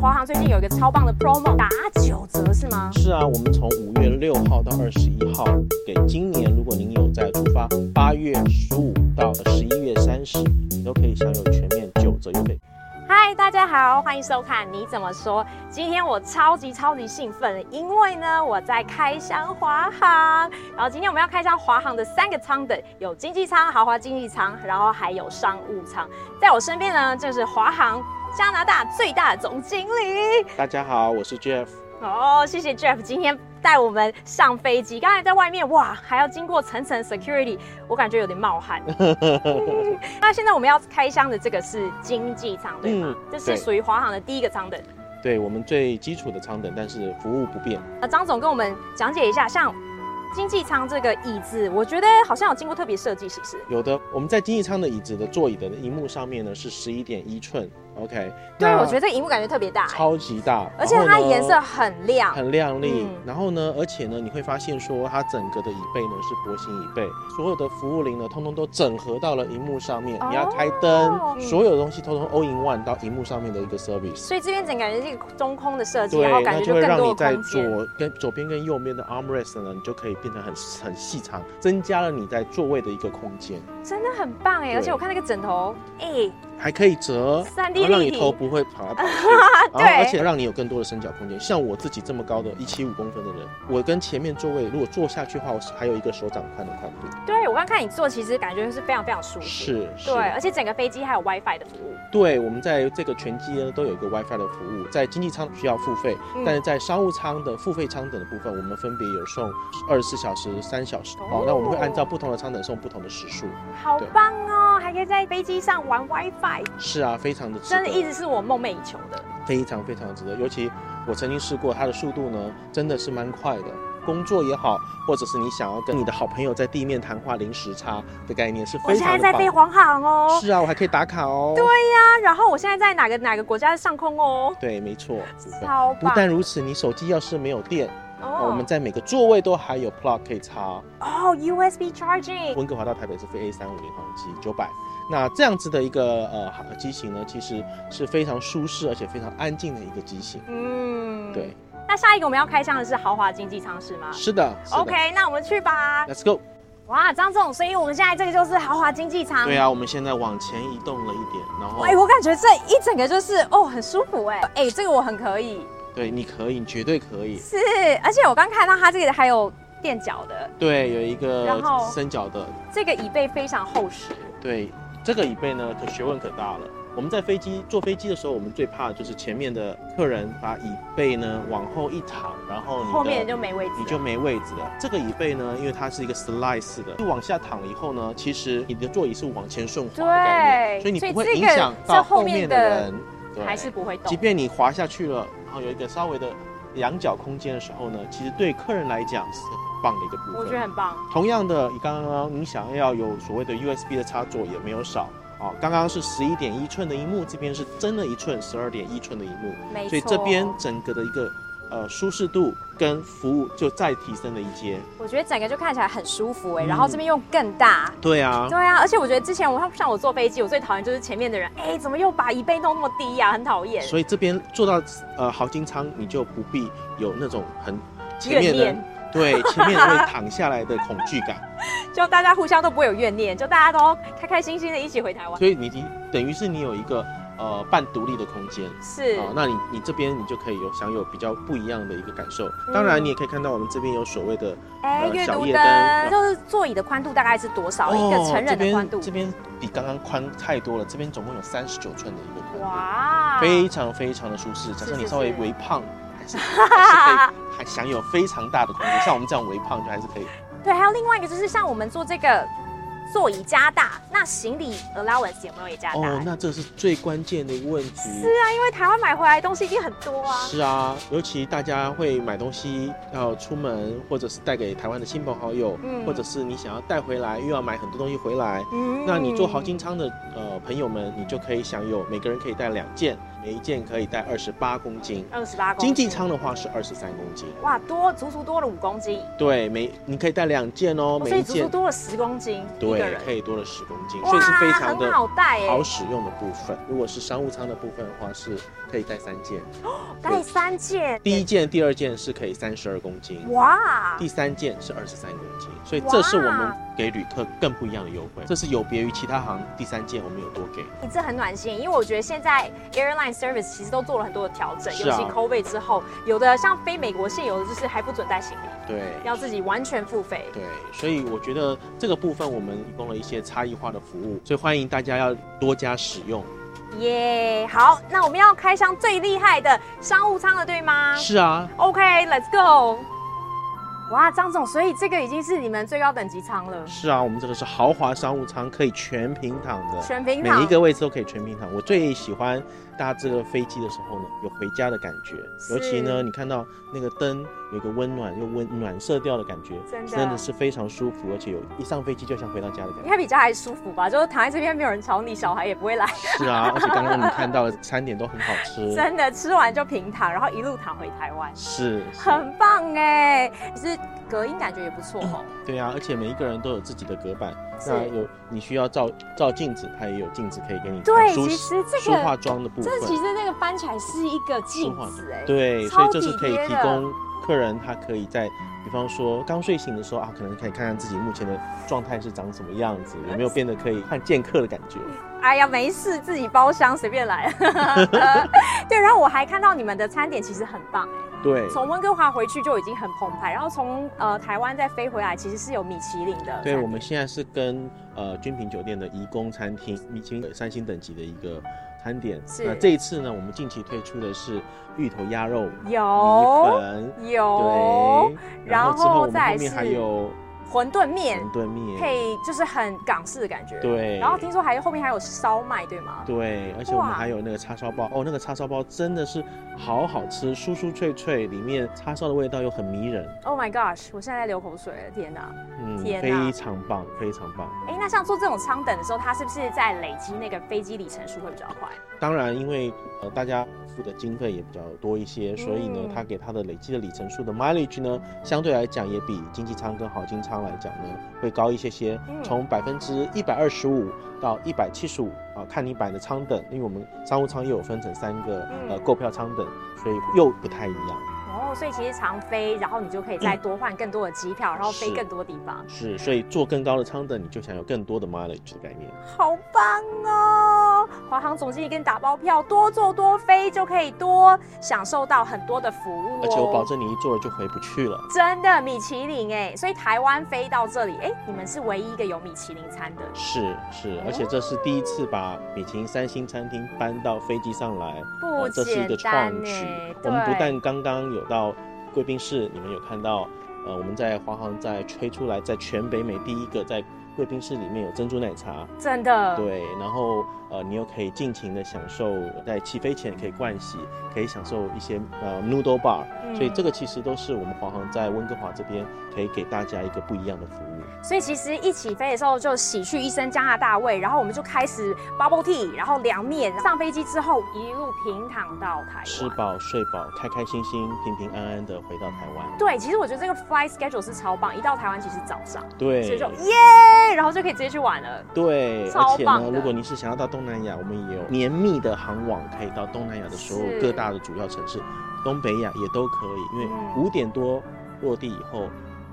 堂最近有一个超棒的 promo，打九折是吗？是啊，我们从五月六号到二十一号，给今年如果您有在出发，八月十五到十一月三十，你都可以享有全面九折优惠。嗨，大家好，欢迎收看《你怎么说》。今天我超级超级兴奋，因为呢我在开箱华航，然后今天我们要开箱华航的三个舱等，有经济舱、豪华经济舱，然后还有商务舱。在我身边呢，就是华航加拿大最大的总经理。大家好，我是 Jeff。哦，谢谢 Jeff 今天带我们上飞机。刚才在外面哇，还要经过层层 security，我感觉有点冒汗。 嗯那现在我们要开箱的这个是经济舱，对啊吗？嗯这对是属于华航的第一个舱等。对我们最基础的舱等，但是服务不变。呃，张总跟我们讲解一下，像经济舱这个椅子，我觉得好像有经过特别设计，是不是？有的，我们在经济舱的椅子的座椅的荧幕上面呢是十一点一寸，OK 那。对，我觉得这个荧幕感觉特别大、欸啊超级大，而且然后它呢颜色很亮。很亮丽。嗯然后呢，而且呢，你会发现说它整个的椅背呢是薄型椅背，所有的服务铃呢，通通都整合到了荧幕上面。哦你要开灯，嗯所有东西通通 all in one 到荧幕上面的一个 service。所以这边整个感觉是一个中空的设计，对然后，那感觉就会更让多你的在空间。左跟左边跟右边的 armrest 呢，你就可以变成很很细长，增加了你在座位的一个空间，真的很棒哎、对而且我看那个枕头，哎、还可以折，三 D 然后让立你体头不会跑 来跑去，对然后而且让你有更多的伸脚空间。像我自己这么高的，一七五公分的人，我跟前面座位如果坐下去的话，我是还有一个手掌宽的宽度。对我刚看你坐，其实感觉是非常非常舒服。，是，是对，而且整个飞机还有 WiFi 的服务。对，我们在这个全机呢都有一个 WiFi 的服务，在经济舱需要付费，嗯但是在商务舱的付费舱等的部分，我们分别有送二十四小时、三小时。哦哦，那我们会按照不同的舱等送不同的时数。好对棒哦，还可以在飞机上玩 WiFi，是啊，非常的值真的一得，直是我梦寐以求的。非常非常地值得。尤其我曾经试过，它的速度呢真的是蛮快的。工作也好，或者是你想要跟你的好朋友在地面谈话零时差的概念是我非现在常在的飞棒。黄航哦，是啊，我还可以打卡哦。啊，然后我现在在哪个哪个国家的上空哦，对，没错。超不棒但如此，你手机要是没有电，哦、啊哦我们在每个座位都还有 plug 可以插。哦 USB charging，温哥华到台北是飞 A 三五零航机九百，那这样子的一个呃航机型呢，其实是非常舒适而且非常安静的一个机型。嗯，对，。那下一个我们要开箱的是豪华经济舱是吗是的，是的。嗯？OK，那我们去吧。 Let's go。哇，张总，所以我们现在这个就是豪华经济舱。对啊，我们现在往前移动了一点，然后哎、我感觉这一整个就是哦，很舒服哎、哎、这个我很可以，对，你可以，你绝对可以。是，而且我刚看到它这个还有垫脚的，对，有一个然后伸脚的，这个椅背非常厚实，对，这个椅背呢，可学问可大了。我们在飞机坐飞机的时候，我们最怕的就是前面的客人把椅背呢往后一躺，然后你的后面就没位置了，你就没位置了。这个椅背呢，因为它是一个 slice 的，你往下躺了以后呢，其实你的座椅是往前顺滑的对概念，所以你不所会以影这个响这到后后面面的的人。对还是不会动，即便你滑下去了，然后有一个稍微的仰角空间的时候呢，其实对客人来讲是很棒的一个部分。我觉得很棒。同样的，你刚刚你想要有所谓的 USB 的插座也没有少啊。刚刚是十一点一寸的荧幕，这边是真的一寸十二点一寸的荧幕，没错，所以这边整个的一个呃舒适度跟服务就再提升了一阶。我觉得整个就看起来很舒服哎、嗯然后这边又更大。对啊对，啊，而且我觉得之前我像我坐飞机，我最讨厌就是前面的人，哎，怎么又把椅背弄那么低呀、很讨厌。所以这边做到呃豪金舱，你就不必有那种很前面怨的念对前面会躺下来的恐惧感。就大家互相都不会有怨念，就大家都开开心心的一起回台湾。所以你你等于是你有一个呃半独立的空间啊、是，那你你这边你就可以有享有比较不一样的一个感受。嗯当然，你也可以看到我们这边有所谓的哎，呃阅小读夜灯灯哦就是座椅的宽度大概是多少？一个成这人的宽边度。这边比刚刚宽太多了，这边总共有三十九寸的一个宽哇度，非常非常的舒适。假设是你是稍微是微胖，还是 还是可以还享有非常大的空间。像我们这样微胖就还是可以。对，还有另外一个就是像我们做这个座椅加大，那行李 allowance 有没有也加大？哦，那这是最关键的一个问题。是啊，因为台湾买回来东西一定很多啊。是啊，尤其大家会买东西要出门，或者是带给台湾的亲朋好友，嗯或者是你想要带回来，又要买很多东西回来。嗯那你做豪金舱的呃朋友们，你就可以享有每个人可以带两件，每一件可以带二十八公斤。嗯二十八公斤。经济舱的话是二十三公斤，哇，多足足多了五公斤，对，每你可以带两件哦哦，所每以一足足件多了十公斤一个对人，可以多了十公斤，哇，所以是非常的很好欸带耶，好使用的部分。如果是商务舱的部分的话，是可以带三件，带三件，第一件、第二件是可以三十二公斤，哇，第三件是二十三公斤，所以哇这是我们给旅客更不一样的优惠，这是有别于其他行第三件我们有多给。你这很暖心，因为我觉得现在 airline service 其实都做了很多的调整，是啊尤其 COVID 之后，有的像飞美国线，有的就是还不准带行李，对，要自己完全付费。对，所以我觉得这个部分我们提供了一些差异化的服务，所以欢迎大家要多加使用。耶、好，那我们要开箱最厉害的商务舱了，对吗是啊， ？OK，Let's、go。哇，张总，所以这个已经是你们最高等级舱了，是啊，我们这个是豪华商务舱，可以全平躺的。全平每躺。一个位置都可以全平躺。我最喜欢搭这个飞机的时候呢，有回家的感觉，是尤其呢，你看到那个灯有个温暖又温暖色调的感觉，真的是非常舒服，而且有一上飞机就像回到家的感应 觉。该比家还舒服吧？就是躺在这边没有人吵你，小孩也不会来，是啊，而且刚刚你看到的餐点都很好吃，真的吃完就平躺，然后一路躺回台湾，是，是很棒哎！其实隔音感觉也不错哦。对啊，而且每一个人都有自己的隔板，是那有你需要照照镜子，它也有镜子可以给你看对梳其实这个梳化妆的部分这，其实那个翻起来是一个镜子哎、对，所超以这是可以体贴提的供客人，他可以在，比方说刚睡醒的时候啊，可能可以看看自己目前的状态是长什么样子，有没有变得可以看剑客的感觉。哎呀，没事，自己包厢随便来。 对，然后我还看到你们的餐点其实很棒哎、对，从温哥华回去就已经很澎湃，然后从呃台湾再飞回来，其实是有米其林的餐对，点。我们现在是跟呃君品酒店的怡宫餐厅，米其林三星等级的一个餐点。是那这一次呢，我们近期推出的是芋头鸭肉米有粉。有对，哦然后之后后我们再后面还是有馄饨面馄饨面，配就是很港式的感觉。。对，然后听说还有后面还有烧麦，对吗？对，而且我们哇还有那个叉烧包哦，那个叉烧包真的是好好吃，酥酥脆脆，里面叉烧的味道又很迷人， Oh my gosh！我现在在流口水了，天哪！嗯，天哪非常棒，非常棒。哎，那像做这种舱等的时候，它是不是在累积那个飞机里程数会比较快？当然，因为呃大家付的经费也比较多一些，所以呢嗯，它给它的累积的里程数的 mileage 呢，相对来讲也比经济舱跟豪金舱来讲呢会高一些些嗯，从百分之一百二十五到一百七十五啊，看你摆的舱等，因为我们商务舱又有分成三个嗯呃购票舱等，所以又不太一样。哦，所以其实常飞，然后你就可以再多换更多的机票，然后飞嗯是更多地方，是，所以做更高的舱等，你就享有更多的 mileage 的概念。好棒哦！华航总经理给你打包票，多坐多飞就可以多享受到很多的服务、哦，而且我保证你一坐了就回不去了。真的米其林哎，所以台湾飞到这里哎，你们是唯一一个有米其林餐的，是是，而且这是第一次把米其林三星餐厅搬到飞机上来，不哦这是一简个单创举哎。。我们不对但刚刚有到贵宾室，你们有看到，呃，我们在华航在推出来，在全北美第一个在贵宾室里面有珍珠奶茶，真的对，然后呃，你又可以尽情的享受，在起飞前可以盥洗，可以享受一些呃 noodle bar，、嗯所以这个其实都是我们华航在温哥华这边可以给大家一个不一样的服务。所以其实一起飞的时候就洗去一身加拿大味，然后我们就开始 bubble tea，然后凉面。上飞机之后一路平躺到台湾。吃饱睡饱，开开心心、平平安安的回到台湾。对，其实我觉得这个 fly schedule 是超棒，一到台湾其实早上，对所以就耶，然后就可以直接去玩了。对，超而且棒呢，的如果你是想要到东南亚，我们也有绵密的航网可以到东南亚的所是有各大的主要城市，东北亚也都可以。因为嗯五点多落地以后，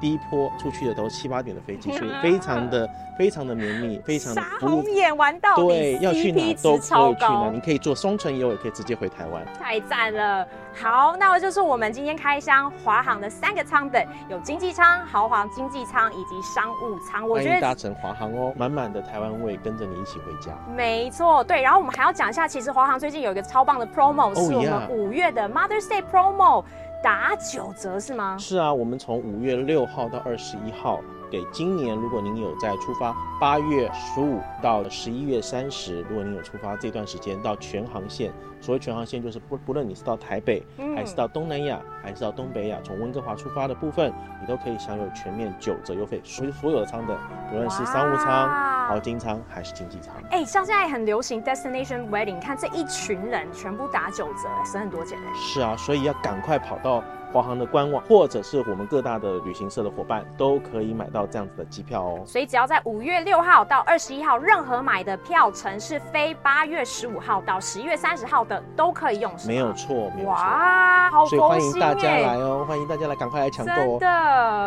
第一波出去的都七八点的飞机，所以啊非常的非常的绵 密，非常的傻服务红。眼玩到底，对，要去哪 CP 值都可超以去哪，高你可以坐双层游，也可以直接回台湾。太赞了！好，那就是我们今天开箱华航的三个舱等，有经济舱、豪华经济舱以及商务舱。我欢觉迎得搭乘华航哦，满满的台湾味跟着你一起回家。没错，对，然后我们还要讲一下，其实华航最近有一个超棒的 promo，、 Oh, 是我 yeah 们五月的 Mother's Day promo，打九折是吗？是啊，我们从五月六号到二十一号，给今年如果您有在出发八月十五到十一月三十，如果您有出发这段时间到全航线，所谓全航线就是不不论你是到台北，嗯还是到东南亚，还是到东北亚，从温哥华出发的部分，你都可以享有全面九折优惠，所所有的舱等，不论是商务舱、淘金舱还是经济舱。哎、像现在很流行 destination wedding，看这一群人全部打九折，省很多钱哎。是啊，所以要赶快跑到华航的官网，或者是我们各大的旅行社的伙伴，都可以买到这样子的机票哦。所以只要在五月六号到二十一号，任何买的票程是非八月十五号到十一月三十号的都可以用，是吗没有。错，没有错。哇，好所以佛欢迎心大家来哎！哦，欢迎大家来，赶快来抢购真哦。的，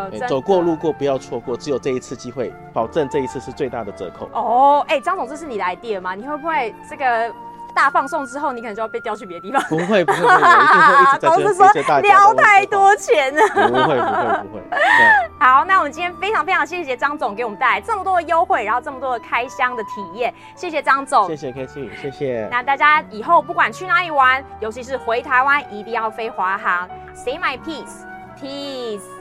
哎真的走过路过不要错过，只有这一次机会，保证这一次是最大的折扣。哦，哎、张总，这是你的 idea 吗？你会不会这个大放送之后，你可能就要被调去别的地方？不会不会，不会我一定会一 直在总是这边说陪着大家。聊太，多钱了。不会不会不会。对，好，那我们今天非常非常谢谢张总给我们带来这么多的优惠，然后这么多的开箱的体验，谢谢张总谢。谢 K T，谢谢。那大家以后不管去哪里玩，尤其是回台湾，一定要飞华航。Say my peace, peace。